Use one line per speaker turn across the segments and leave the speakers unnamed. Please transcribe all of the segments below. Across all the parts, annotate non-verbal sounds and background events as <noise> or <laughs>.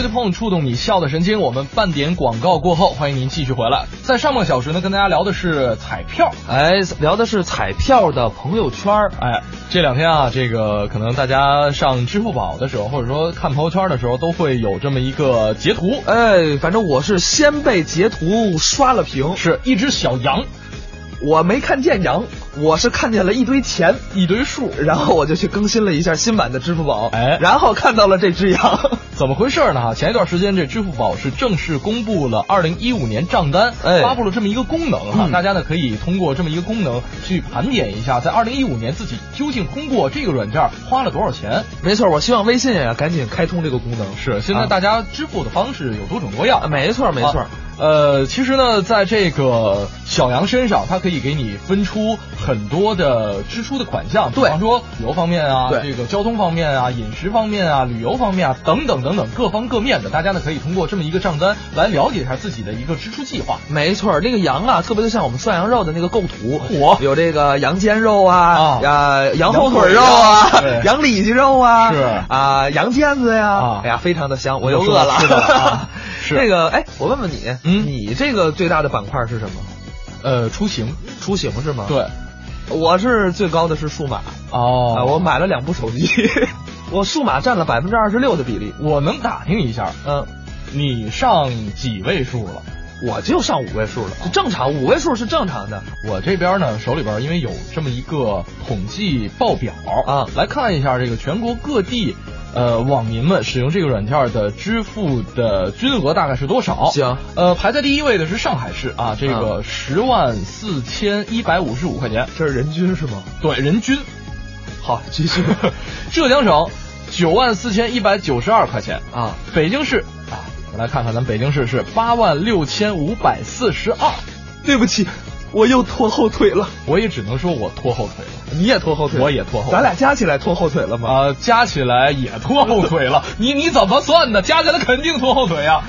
吹碰触动你笑的神经。我们半点广告过后，欢迎您继续回来。在上半小时呢，跟大家聊的是彩票，
哎，聊的是彩票的朋友圈儿。
哎，这两天啊，这个可能大家上支付宝的时候，或者说看朋友圈的时候，都会有这么一个截图，
哎，反正我是先被截图刷了屏，
是一只小羊，
我没看见羊，我是看见了一堆钱，
一堆数，
然后我就去更新了一下新版的支付宝，
哎
然后看到了这只羊，
<laughs> 怎么回事呢？哈，前一段时间这支付宝是正式公布了二零一五年账单，
哎
发布了这么一个功能哈，
嗯
大家呢可以通过这么一个功能去盘点一下，在二零一五年自己究竟通过这个软件花了多少钱。
没错，我希望微信呀、赶紧开通这个功能。
是，现在大
啊
家支付的方式有多种多样。
啊没错没错
啊呃，其实呢，在这个小羊身上，它可以给你分出很多的支出的款项，比
对
方说旅游方面啊，
对
这个交通方面啊，饮食方面啊，旅游方面啊，等等等等，各方各面的，大家呢可以通过这么一个账单来了解一下自己的一个支出计划。
没错，那个羊啊，特别就像我们涮羊肉的那个构图，
嚯
有这个羊肩肉啊
啊，
呀、羊后腿肉
羊
啊
腿肉，对
羊里脊肉啊，
是
啊，羊腱子呀，
啊
哎呀，非常的香，我
又
又
说到
饿了。
吃的了
<laughs>
啊是
这个，哎，我问问你，
嗯
你这个最大的板块是什么？
呃，出行，
出行是吗？，
对，
我是最高的是数码
哦
啊，我买了两部手机，
<laughs>
我数码占了百分之二十六的比例，
我能打听一下，
嗯、
你上几位数了？
我就上五位数了，就正常，五位数是正常的。
我这边呢，手里边因为有这么一个统计报表
啊
来看一下这个全国各地，呃，网民们使用这个软件的支付的金额大概是多少？
行，
呃，排在第一位的是上海市啊，这个十万四千一百五十五块钱，
这是人均是吗？
对，人均。
好，继 <laughs> 续
浙江省九万四千一百九十二块钱，
啊。
北京市啊，我们来看看咱们北京市是八万六千五百四十二，
对不起，我又拖后腿了。
我也只能说我拖后腿了。
你也拖后腿了，
我也拖后腿
咱俩加起来拖后腿了吗？
啊，加起来也拖后腿了。你你怎么算的？加起来肯定拖后腿啊！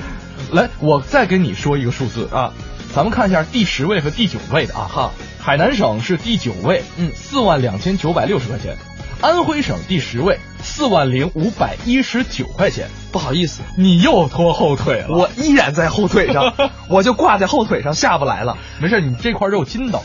来，我再跟你说一个数字啊，咱们看一下第十位和第九位的啊。
好，
海南省是第九位，
嗯
四万两千九百六十块钱。安徽省第十位，四万零五百一十九块钱。
不好意思，
你又拖后腿了。
我依然在后
<laughs>
腿上，我就挂在后腿上下不来了。
没事，你这块肉
<laughs>
筋 <laughs> 道。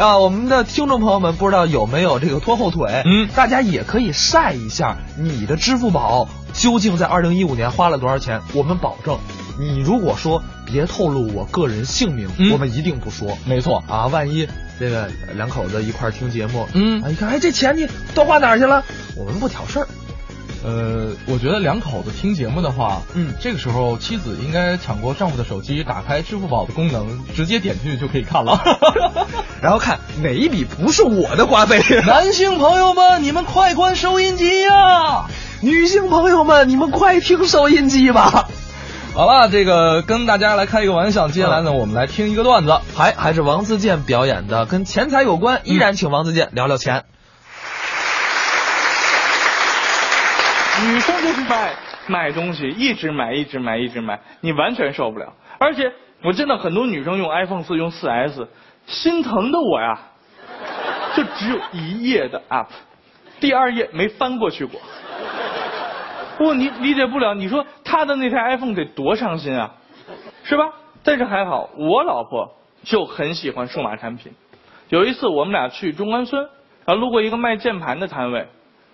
啊，我们的听众朋友们，不知道有没有这个拖后腿？
嗯
大家也可以晒一下你的支付宝究竟在二零一五年花了多少钱。我们保证，你如果说别透露我个人姓名，
嗯
我们一定不说。
没错，
啊，万一这个两口子一块儿听节目，
嗯
啊，一看，哎，这钱你都花哪儿去了？我们不挑事儿，
呃，我觉得两口子听节目的话，
嗯
这个时候妻子应该抢过丈夫的手机，打开支付宝的功能，直接点进去就可以看
<laughs>
了。
然后看哪一笔不是我的 <laughs> 花费。
男性朋友们，你们快关收音机呀、
女性朋友们，你们快听收音机吧。
好了，这个跟大家来开一个玩笑，接下来呢，我们来听一个段子。
嗯还还是王自健表演的，跟钱财有关，依然请王自健聊聊钱。
女生就是卖买东西，一直买，一直买，一直买，你完全受不了。而且我真的很多女生用 iPhone 四、用4 S，心疼的我呀，就只有一页的 App，第二页没翻过去过。我你理解不了，你说她的那台 iPhone 得多伤心啊，是吧？但是还好，我老婆就很喜欢数码产品。有一次我们俩去中关村，然后路过一个卖键盘的摊位，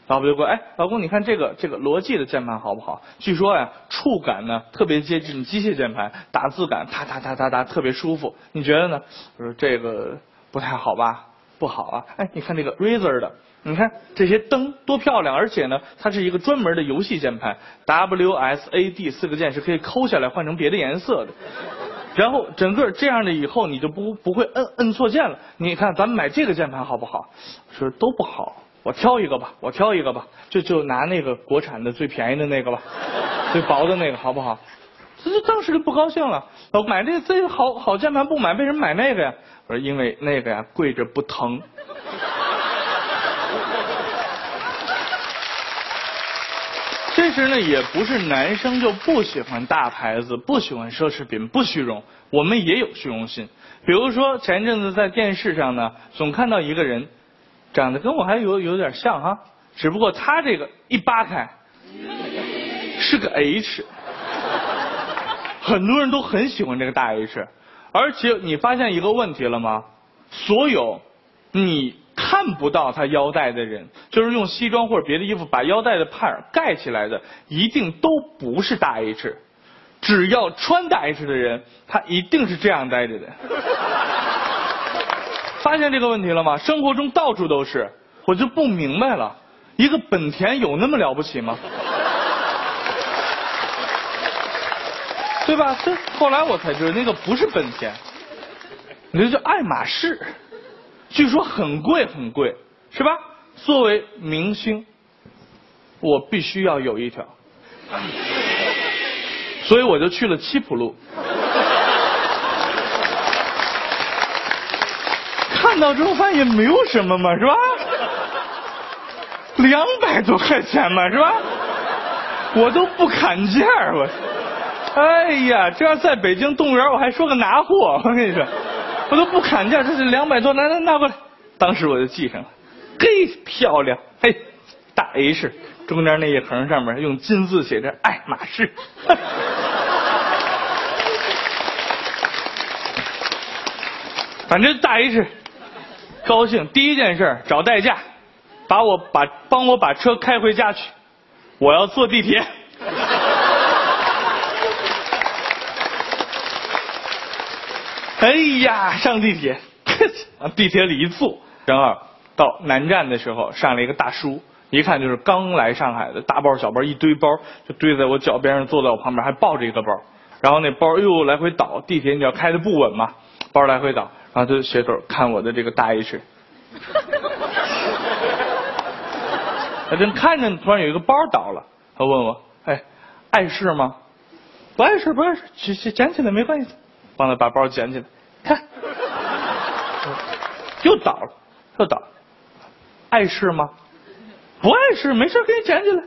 老婆就过来，哎，老公，你看这个这个罗技的键盘好不好？据说呀、触感呢特别接近机械键盘，打字感哒哒哒哒哒特别舒服。你觉得呢？我说这个不太好吧？不好啊！哎，你看这个 Razer 的，你看这些灯多漂亮，而且呢，它是一个专门的游戏键盘，W S A D 四个键是可以抠下来换成别的颜色的。然后整个这样的以后你就不不会摁摁错键了。你看咱们买这个键盘好不好？我说都不好，我挑一个吧，我挑一个吧，就就拿那个国产的最便宜的那个吧，最薄的那个好不好？他就当时就不高兴了，我买这这好好键盘不买，为什么买那个呀？我说因为那个呀跪着不 <laughs> 疼。其实呢，也不是男生就不喜欢大牌子，不喜欢奢侈品，不虚荣。我们也有虚荣心。比如说前阵子在电视上呢，总看到一个人，长得跟我还有有点像哈，只不过他这个一扒开，是个 H，很多人都很喜欢这个大 H，而且你发现一个问题了吗？所有你看不到他腰带的人，就是用西装或者别的衣服把腰带的帕儿盖起来的，一定都不是大 H。只要穿大 H 的人，他一定是这样待着的。发现这个问题了吗？生活中到处都是，我就不明白了，一个本田有那么了不起吗？对吧？这后来我才知道，那个不是本田，那叫爱马仕，据说很贵很贵，是吧？作为明星，我必须要有一条，所以我就去了七浦路。看到之后发现也没有什么嘛，是吧？两百多块钱嘛，是吧？ <laughs> 我都不砍价，我。哎呀，这要在北京动物园，我还说个拿货，我跟你说，我都不砍价，这是两百多，来来拿过来。当时我就记上了，嘿，漂亮，嘿，大 H，中间那一横上面用金字写着爱马仕。反正大 H 高兴，第一件事儿找代驾，把我把帮我把车开回家去，我要坐地铁。哎呀，上地铁， <laughs> 往地铁里一坐，然后到南站的时候，上来一个大叔，一看就是刚来上海的，大包小包一堆包，就堆在我脚边上，坐在我旁边，还抱着一个包。然后那包哎呦来回倒，地铁你要开的不稳嘛，包来回倒，然后就斜头看我的这个大 H，他正看着，突然有一个包倒了，他问我，哎，碍事吗？不碍事，不碍事，捡捡捡起来没关系。帮他把包捡起来，看，又倒了，又倒了，碍事吗？不碍事，没事，给你捡起来。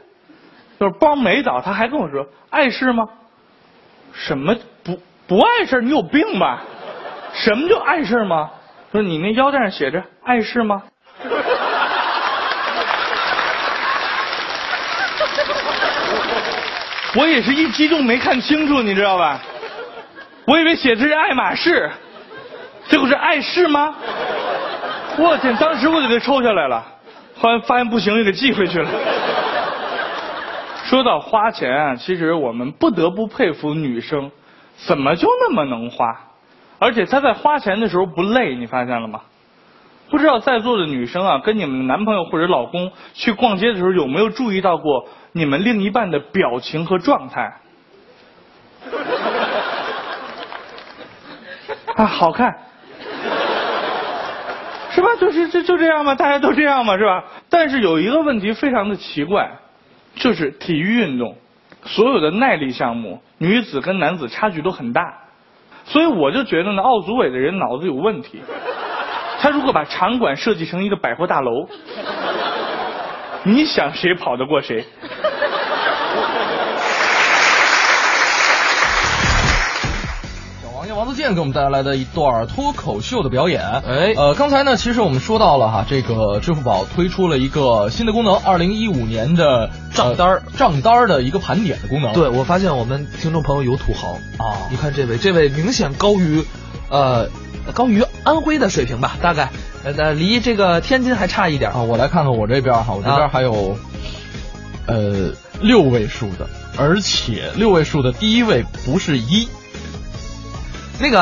就是包没倒，他还跟我说碍事吗？什么不不碍事？你有病吧？什么叫碍事吗？说你那腰带上写着碍事吗？我也是一激动没看清楚，你知道吧？我以为写的是爱马仕，结果是碍事吗？我天！当时我就给抽下来了，后来发现不行，又给寄回去了。说到花钱啊，其实我们不得不佩服女生，怎么就那么能花？而且她在花钱的时候不累，你发现了吗？不知道在座的女生啊，跟你们的男朋友或者老公去逛街的时候，有没有注意到过你们另一半的表情和状态？啊，好看，是吧？就是就就这样嘛，大家都这样嘛，是吧？但是有一个问题非常的奇怪，就是体育运动所有的耐力项目，女子跟男子差距都很大，所以我就觉得呢，奥组委的人脑子有问题。他如果把场馆设计成一个百货大楼，你想谁跑得过谁？
王爷王自健给我们带来的一段脱口秀的表演。
哎
呃，刚才呢，其实我们说到了哈，这个支付宝推出了一个新的功能，二零一五年的
账单儿
呃账单儿的一个盘点的功能。
对，我发现我们听众朋友有土豪
啊
你看这位，这位明显高于，呃，高于安徽的水平吧，大概，呃，那离这个天津还差一点儿。
啊，我来看看我这边儿哈，我这边
啊
儿还有，呃，六位数的，而且六位数的第一位不是一。
那个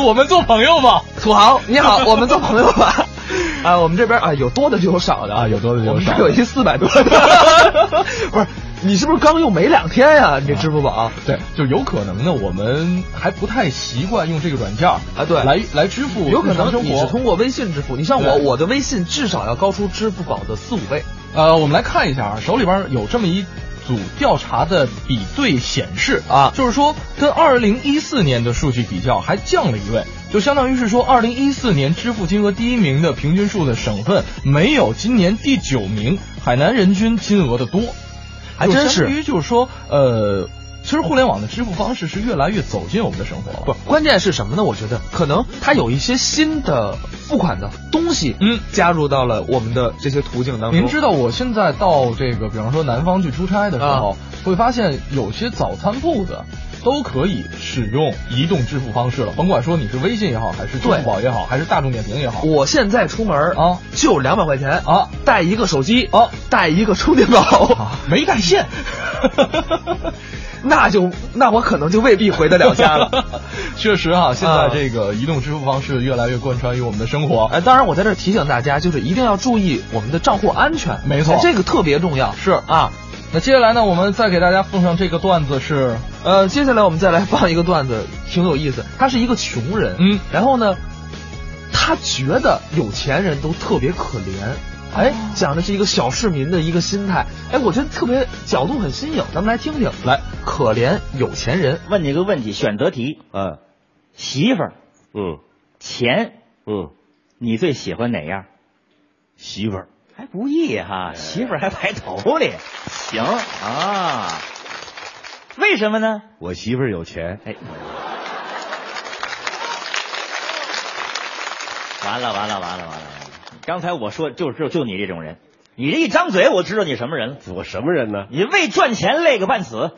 <laughs> 我们做朋友吧。
土豪，你 <laughs> 好，我们做朋友吧。 <laughs> 啊，我们这边啊有多的就有少的
啊有多的就有
我们这
少
儿
的
有一四百多的， <laughs> 不是，你是不是刚用没两天呀、你这支付宝啊
对，就有可能呢，我们还不太习惯用这个软件啊
啊对
来来支付
有可
日常
能
生
你是
活。
通过微信支付，你像我，
对
我的微信至少要高出支付宝的四五倍。
呃，我们来看一下啊，手里边有这么一组调查的比对显示啊，就是说跟二零一四年的数据比较，还降了一位，就相当于是说二零一四年支付金额第一名的平均数的省份没有今年第九名海南人均金额的多，
还真是
就相当于就是说，呃，其实互联网的支付方式是越来越走进我们的生活了。
不，关键是什么呢？我觉得可能它有一些新的付款的东西，
嗯
加入到了我们的这些途径当中。啊
您知道我现在到这个，比方说南方去出差的时候，会发现有些早餐铺子都可以使用移动支付方式了，甭管说你是微信也好，还是支付宝也好，还是大众点评也好， <laughs>
我现在出门
啊
就两百块钱
啊，
带一个手机
啊，
带一个充电宝，
啊没带线。
<laughs> 那就那我可能就未必回得了
<laughs>
家了。
确实哈、现在
啊
这个移动支付方式越来越贯穿于我们的生活。
哎，当然我在这儿提醒大家，就是一定要注意我们的账户安全，
没错
这个特别重要。
是
啊，
那接下来呢，我们再给大家奉上这个段子是，
呃，接下来我们再来放一个段子，挺有意思。他是一个穷人，
嗯
然后呢，他觉得有钱人都特别可怜。
哦
哎，讲的是一个小市民的一个心态，哎，我觉得特别角度很新颖，咱们来听听。
来，
可怜有钱人，
问你个问题，选择题：
啊，
媳妇儿、
嗯
钱，
嗯，
你最喜欢哪样？
媳妇儿，哎
还不易哈，媳妇儿还排头里，行啊？为什么呢？
我媳妇儿有钱，
哎，完了完了完了完了完了！刚才我说就就就你这种人，你这一张嘴我知道你什么人了。
我什么人呢？
你为赚钱累个半死，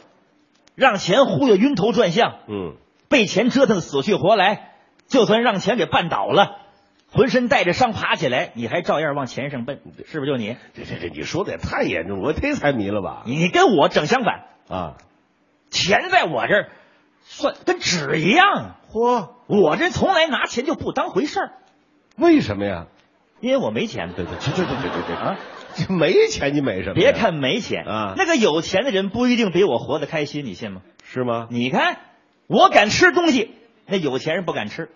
让钱忽悠晕头转向，
嗯，
被钱折腾死去活来，就算让钱给绊倒了，浑身带着伤爬起来，你还照样往钱上奔，
嗯
是不是就你？
这这哎这，你说的也太严重了，我忒财迷了吧？
你跟我整相反，
啊，
钱在我这儿算跟纸一样，
嚯，
我这从来拿钱就不当回事儿，
为什么呀？
因为我没钱。
对对，这这这这这这
啊，
这 <laughs> 没钱你美什么呀？
别看没钱
啊
那个有钱的人不一定比我活得开心，你信吗？
是吗？
你看，我敢吃东西，那有钱人不敢吃。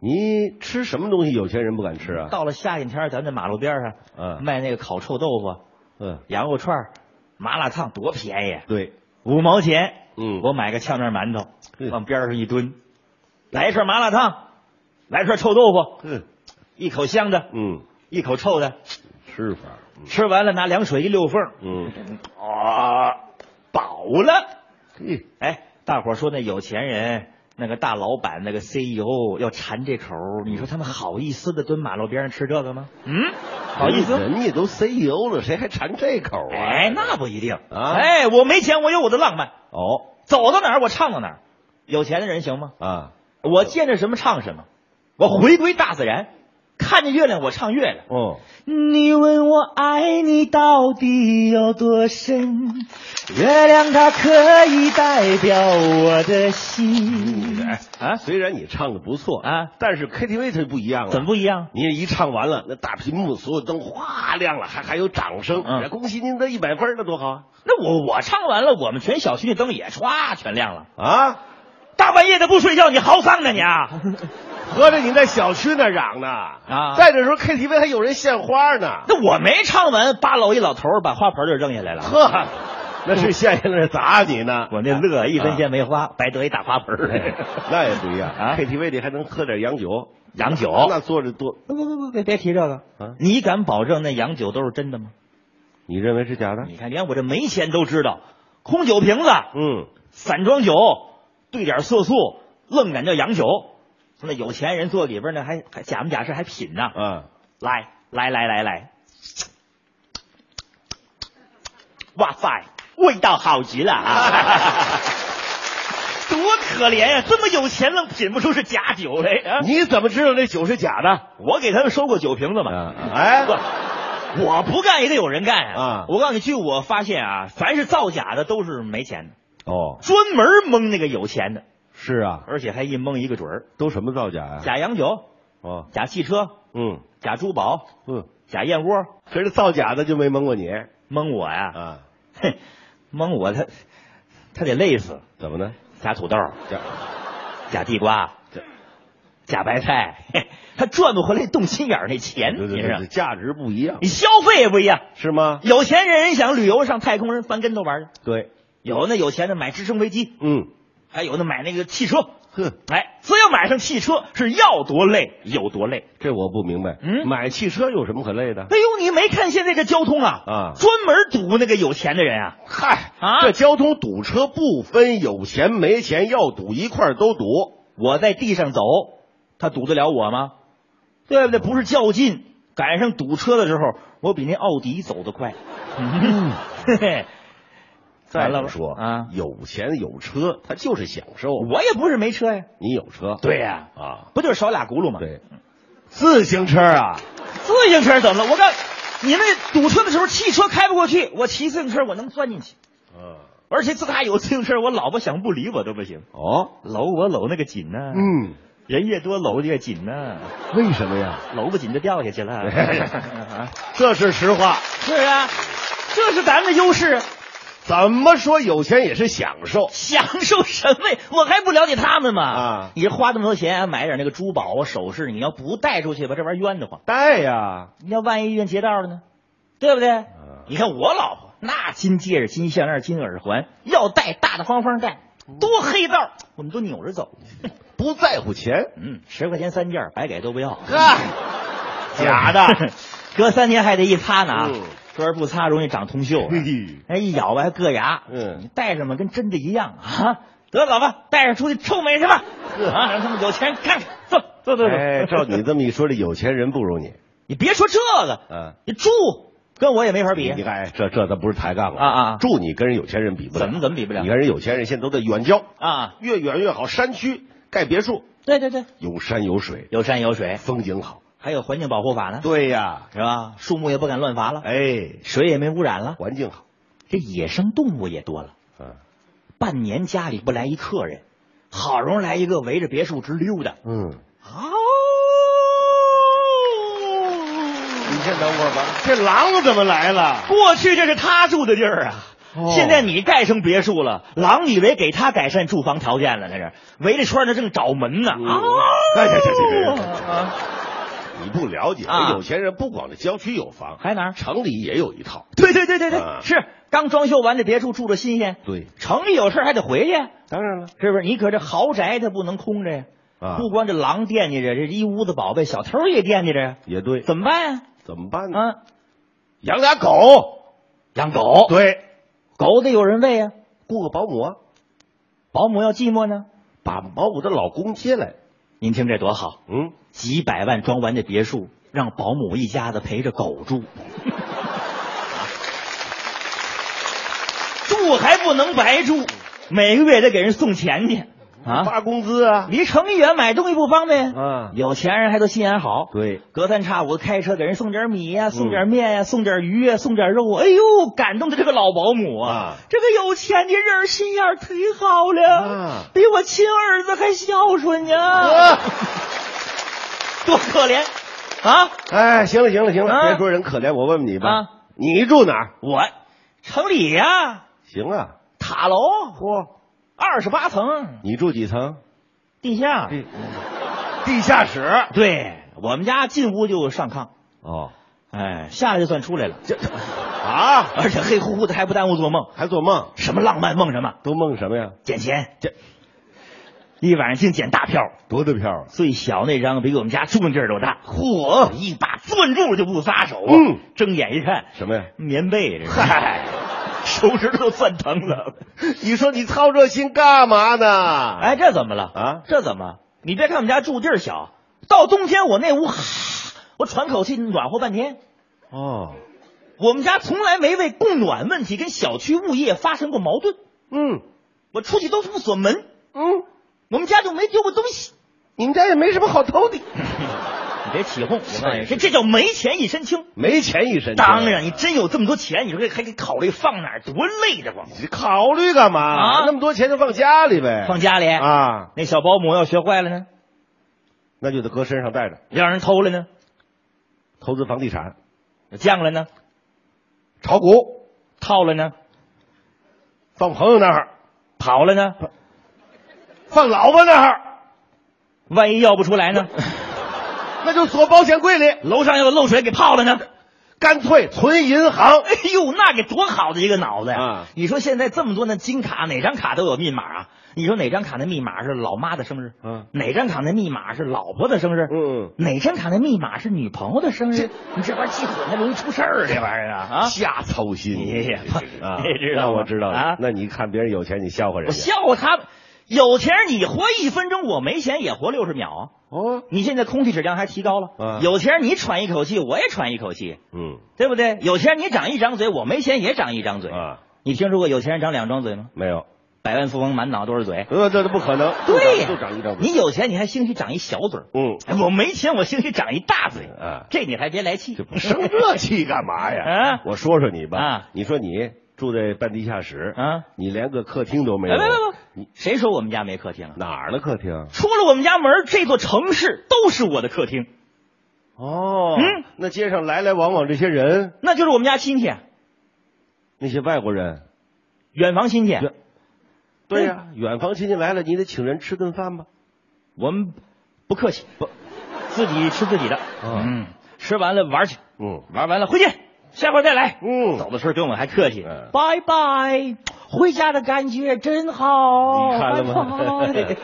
你吃什么东西有钱人不敢吃啊？
到了夏天天儿，咱在马路边上，
嗯
卖那个烤臭豆腐、
嗯，
羊肉串儿、麻辣烫，多便宜，
对，
五毛钱。
嗯
我买个呛面馒头，
嗯
往边上一蹲，来一串麻辣烫，来一串臭豆腐，
嗯
一口香的，
嗯，
一口臭的，
吃法，嗯
吃完了拿凉水一溜缝儿，
嗯，
啊，饱了。
嘿，
哎，大伙儿说那有钱人。那个大老板，那个 CEO 要馋这口儿，你说他们好意思的蹲马路边上吃这个吗？嗯，好意思？
人家都 CEO 了，谁还馋这口啊？
哎，那不一定
啊
哎，我没钱，我有我的浪漫，
哦
走到哪儿我唱到哪儿。有钱的人行吗？
啊，
我见着什么唱什么，我回归大自然。看见月亮我唱月亮。
哦，
你问我爱你到底有多深？月亮它可以代表我的心。
哎
啊，
虽然你唱的不错
啊，
但是 KTV 它就不一样了，
怎么不一样？
您一唱完了，那大屏幕所有灯哗亮了，还还有掌声，哎
嗯
恭喜您得一百分，那多好啊！
那我我唱完了，我们全小区的灯也歘全亮了。
啊，
大半夜的不睡觉，你嚎丧呢你啊？
合着你在小区那嚷呢？
啊
在这时候 KTV 还有人献花呢，
<laughs> 那我没唱完，八楼一老头儿把花盆就扔下来了。
呵，那是献下来砸你呢。
<laughs> 我那乐啊一分钱没花，白得一大花盆
啊哎
<laughs> 儿。
<laughs> 那也不一样
啊
，KTV 里还能喝点洋酒，
洋酒
那坐着多，
不不不不，别别提这个
啊
你敢保证那洋酒都是真的吗？
你认为是假的？
你看，连我这没钱都知道，空酒瓶子、
嗯，
散装酒，兑点色素，愣敢叫洋酒。那有钱人坐里边呢，还还假模假式还品呢。
啊，
来来来来来，哇塞，味道好极了
<laughs>
啊！多可怜呀、这么有钱愣品不出是假酒来啊！
你怎么知道那酒是假的？
我给他们收过酒瓶子嘛。
啊哎
不， <laughs> 我不干也得有人干呀、
啊
我告诉你，据我发现啊，凡是造假的都是没钱的，
哦，
专门蒙那个有钱的，
是啊，
而且还一蒙一个准儿。
都什么造假呀？
假洋酒、
哦，
假汽车、
嗯
假珠宝、
嗯，
假燕窝，
可是造假的就没蒙过你
蒙我呀、
啊？
哼，蒙我他，他得累死。
怎么呢？
假土豆、
假
假地瓜
这、
假白菜，嘿他赚不回来动心眼儿那钱，
对
你
对
知道
对，？价值不一样
你，消费也不一样。
是吗？
有钱人想旅游上太空人翻跟头玩去，
对，
有那有钱的买直升飞机，
嗯，
还有的买那个汽车。
哼，
哎，只要买上汽车，是要多累有多累。
这我不明白。
嗯
买汽车有什么可累的？
哎呦，你没看现在这交通啊，
啊
专门堵那个有钱的人啊。
嗨
啊
这交通堵车不分有钱没钱，要堵一块儿都堵。
我在地上走，他堵得了我吗？对不对？不是较劲，赶上 <laughs> 堵车的时候，我比那奥迪走得快。嗯，嘿嘿，
再
完了
者
吧
说
啊
有钱有车，他就是享受。
我也不是没车呀，
你有车？
对呀
啊，
不就是少俩轱辘吗？，
对，自行车啊，
自行车怎么了？我告诉你你们堵车的时候，汽车开不过去，我骑自行车我能钻进去。
嗯，
而且自打有自行车，我老婆想不理我都不行，
哦，
搂我搂那个紧呢、
嗯，
人越多搂越紧呢、
为什么呀？
搂不紧就掉下去了。 <laughs>
这是实话，
是啊，这是咱们的优势，
怎么说有钱也是享受。
享受什么呀？我还不了解他们吗？
啊
你花那么多钱买点那个珠宝啊、首饰，你要不带出去吧，这玩意儿冤得慌。
带呀，
你要万一遇见劫道了呢，对不对？你看我老婆那金戒指、金项链、金耳环，要戴大大方方戴，多黑道我们都扭着走。
不在乎钱，
嗯，十块钱三件，白给都不要。 <laughs>
假的。
隔三年还得一擦呢啊
嗯，
隔而不擦容易长通锈啊
嘿嘿。
哎，一咬吧还硌牙。
嗯
你戴上嘛跟真的一样啊。得了，老婆，带着出去臭美去吧。啊，让他们有钱人看看。走走走走。
哎，照你这么一说，这有钱人不如你。
<laughs> 你别说这个，
嗯，
你住跟我也没法比。
你看，哎这这咱不是抬杠了
啊啊
住你跟人有钱人比不了，
怎么怎么比不了
你看人有钱人现在都在远郊，
啊，
越远越好，山区盖别墅，
对对对，
有山有水，
有山有水，
风景好。
还有环境保护法呢，
对呀，
是吧？树木也不敢乱伐了，
哎，
水也没污染了，
环境好，
这野生动物也多了。
嗯
半年家里不来一客人，好容易来一个，围着别墅直溜达。
嗯。
哦，
你先等会儿吧，这狼怎么来了？
过去这是他住的地儿啊。现在你盖成别墅了，狼以为给他改善住房条件了，那是围着圈儿呢，正找门呢。
嗯
啊！
哎呀这这这这
啊
你不了解，
啊
有钱人不光是郊区有房，
还哪儿
城里也有一套。
对对对对对，
啊
是刚装修完这别墅住着新鲜，
对
城里有事儿还得回去，啊
当然了，
是不是？你可这豪宅它不能空着呀，
啊
不光这狼惦记着，这一屋子宝贝，小偷也惦记着呀，
也对，
怎么办呀？
怎么办呢？
啊，
养俩狗，
养狗，
对，
狗得有人喂呀，
雇个保姆啊，
保姆要寂寞呢。
把保姆的老公接来。
您听这多好，
嗯，
几百万装完这别墅，让保姆一家子陪着狗住， <laughs> 住还不能白住，每个月得给人送钱去啊，
发工资啊。
离城里远买东西不方便
啊
有钱人还都心眼好，
对，
隔三差五开车给人送点米呀、送点面呀、送点鱼呀、送点肉啊，哎呦，感动的这个老保姆啊，
啊
这个有钱的人儿心眼儿忒好了，
啊
比我亲儿子还孝顺呢，多可怜啊！
哎，行了行了行了，
啊
别说人可怜，我问问你吧，
啊
你住哪儿？
我城里呀、
行啊，
塔楼
嚯，
二十八层
你住几层？
地下，
地地下室。
对我们家进屋就上炕，
哦，
哎，下来就算出来了，
这啊，
而且黑乎乎的还不耽误做梦。
还做梦，
什么浪漫梦什么
都梦什么呀？
捡钱，
这
一晚上净捡大票，
多大票啊？
最小那张比我们家住那地儿都大。嚯，一把攥住就不撒手。啊
嗯，
睁眼一看，
什么呀？
棉被这是。嗨， <laughs> 手指头都攥疼了。
<laughs> 你说你操这心干嘛呢？
哎，
哎，
这怎么了？
啊
这怎么？你别看我们家住地儿小，到冬天我那屋，我喘口气暖和半天。
哦，
我们家从来没为供暖问题跟小区物业发生过矛盾。
嗯
我出去都不锁门，
嗯，
我们家就没丢过东西。
你们家也没什么好偷的，
你别起哄，我告诉你，
是
这这叫没钱一身轻。
没钱一身。
当然，，你真有这么多钱，你说还得考虑放哪儿，多累的慌。
你考虑干嘛？
啊
那么多钱就放家里呗。
放家里，
哎啊，
那小保姆要学坏了呢，
那就得搁身上带着，
让人偷了呢，
投资房地产、
降了呢，
炒股，
套了呢，
放朋友那儿，
跑了呢，
放老婆那儿，
万一要不出来
<laughs>
呢，
那就锁保险柜里，
楼上要漏水给泡了呢。
干脆存银行。
哎呦，那给多好的一个脑子呀！
啊
你说现在这么多那金卡，哪张卡都有密码啊？你说哪张卡的密码是老妈的生日？
嗯
哪张卡的密码是老婆的生日？
嗯，
哪张卡的密码是女朋友的生
<laughs>
日？你这玩意儿记混了容易出事儿啊！这玩意儿啊啊！
瞎操心。
哎呀
啊
你知，道吗
那我知道
啊
了。那你看别人有钱，你笑话人
我
家。
笑话他们，有钱人你活一分钟，我没钱也活六十秒。
哦，
你现在空气质量还提高了，
啊
有钱人你喘一口气，我也喘一口气，
嗯
对不对？有钱人你长一张嘴，我没钱也长一张嘴。
啊，
你听说过有钱人长两张嘴吗？
没有，
百万富翁满脑都是
<laughs>
嘴。
呃，这这不可能，就
对
长
呀
就长一张嘴，
你有钱你还兴许长一小嘴儿，
嗯，
哎我没钱我兴许长一大嘴，
啊
这你还别来气
这。
<laughs>
不生这气干嘛呀
啊？
我说说你吧
啊，
你说你住在半地下室，
啊，
你连个客厅都没有
哎，，不不
你
不，谁说我们家没客厅啊？
哪儿的客厅？
出了我们家门儿，这座城市都是我的客厅，
哦
嗯，
那街上来来往往这些人，
那就是我们家亲戚，
那些外国人，
远房亲戚。
远对呀，哎远房亲戚来了，你得请人吃顿饭吧？
我们不客气，不，自己吃自己的。嗯，吃完了玩去，
嗯
玩完了回去，下回再来。
嗯
走的时候跟我们还客气
嗯，
拜拜，回家的感觉真好。
你看哦了吗
拜 <laughs>
<laughs>
拜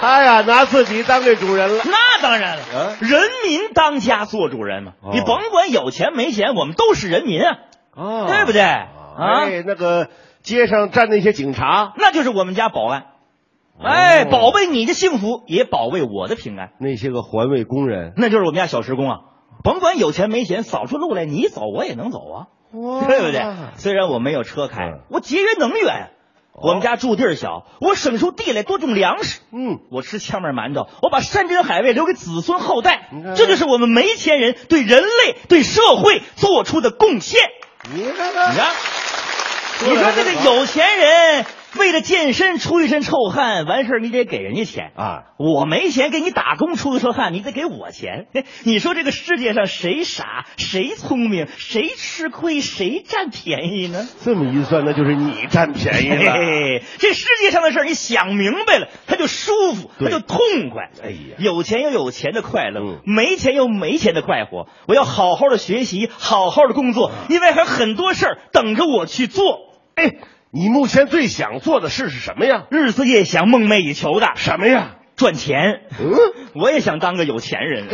他呀，拿自己当这主人了。
那当然了，
嗯
人民当家做主人嘛。
哦
你甭管有钱没钱，我们都是人民啊，
哦
对不对？啊，
哎，那个街上站那些警察，
那就是我们家保安。
哦
哎，保卫你的幸福，也保卫我的平安。
那些个环卫工人，
那就是我们家小时工啊，甭管有钱没钱，扫出路来你走我也能走啊，对不对？虽然我没有车开，
哦嗯哦
我节约能源。我们家住地儿小，我省出地来多种粮食。
嗯，
我吃炝面馒头，我把山珍海味留给子孙后代
你看。
这就是我们没钱人对人类、对社会做出的贡献。
你看
你
看，
看，你
嗯得
说这
很
个
好
有钱人为了健身出一身臭汗，完事儿你得给人家钱
啊，
我没钱给你打工出一身汗，你得给我钱。 <laughs> 你说这个世界上谁傻谁聪明，谁吃亏谁占便宜呢？
这么一算，那就是你占便宜
嘿
了。
嘿嘿这世界上的事儿，你想明白了，他就舒服，他
对
就痛快。
哎呀
有钱有有钱的快乐，
嗯
没钱有没钱的快活。我要好好的学习，好好的工作，
嗯
因为还有很多事儿等着我去做。
哎，你目前最想做的事是什么呀？
日思夜想、梦寐以求的
什么呀？
赚钱， <laughs>
嗯，
我也想当个有钱
<laughs>
人。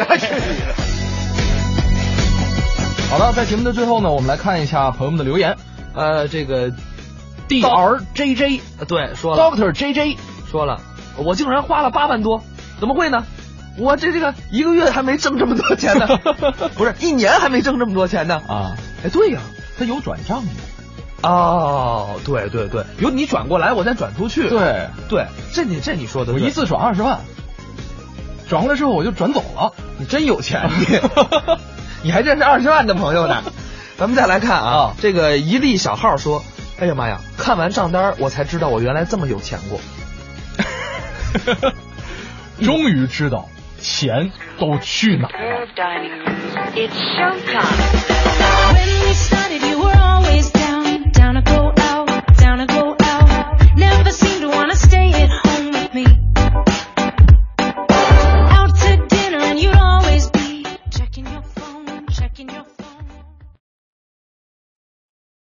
好了，在节目的最后呢，我们来看一下朋友们的留言。
呃，这个
D R J J
对说了
Doctor J J，
说了，我竟然花了八万多，怎么会呢？我这这个一个月还没挣这么多钱呢，不是一年还没挣这么多钱呢
啊！
哎，对呀、
他有转账吗？
哦，对对对，比如你转过来，我再转出去，
对，
对，这你这你说的
我
对，
一次转二十万，转过来之后我就转走了。
你真有钱，
<laughs>
你你还认识二十万的朋友呢。咱们再来看啊，
啊
这个一粒小号说：“哎呀妈呀，看完账单儿我才知道我原来这么有钱
<laughs>
过。
终于知道钱都去哪儿了。
Curve Dining. It's showtime. When we started, you were always down, down to go out, down to go out. Never seemed to wanna stay at home with me. Out to dinner, and you'd always be checking your phone, checking your phone.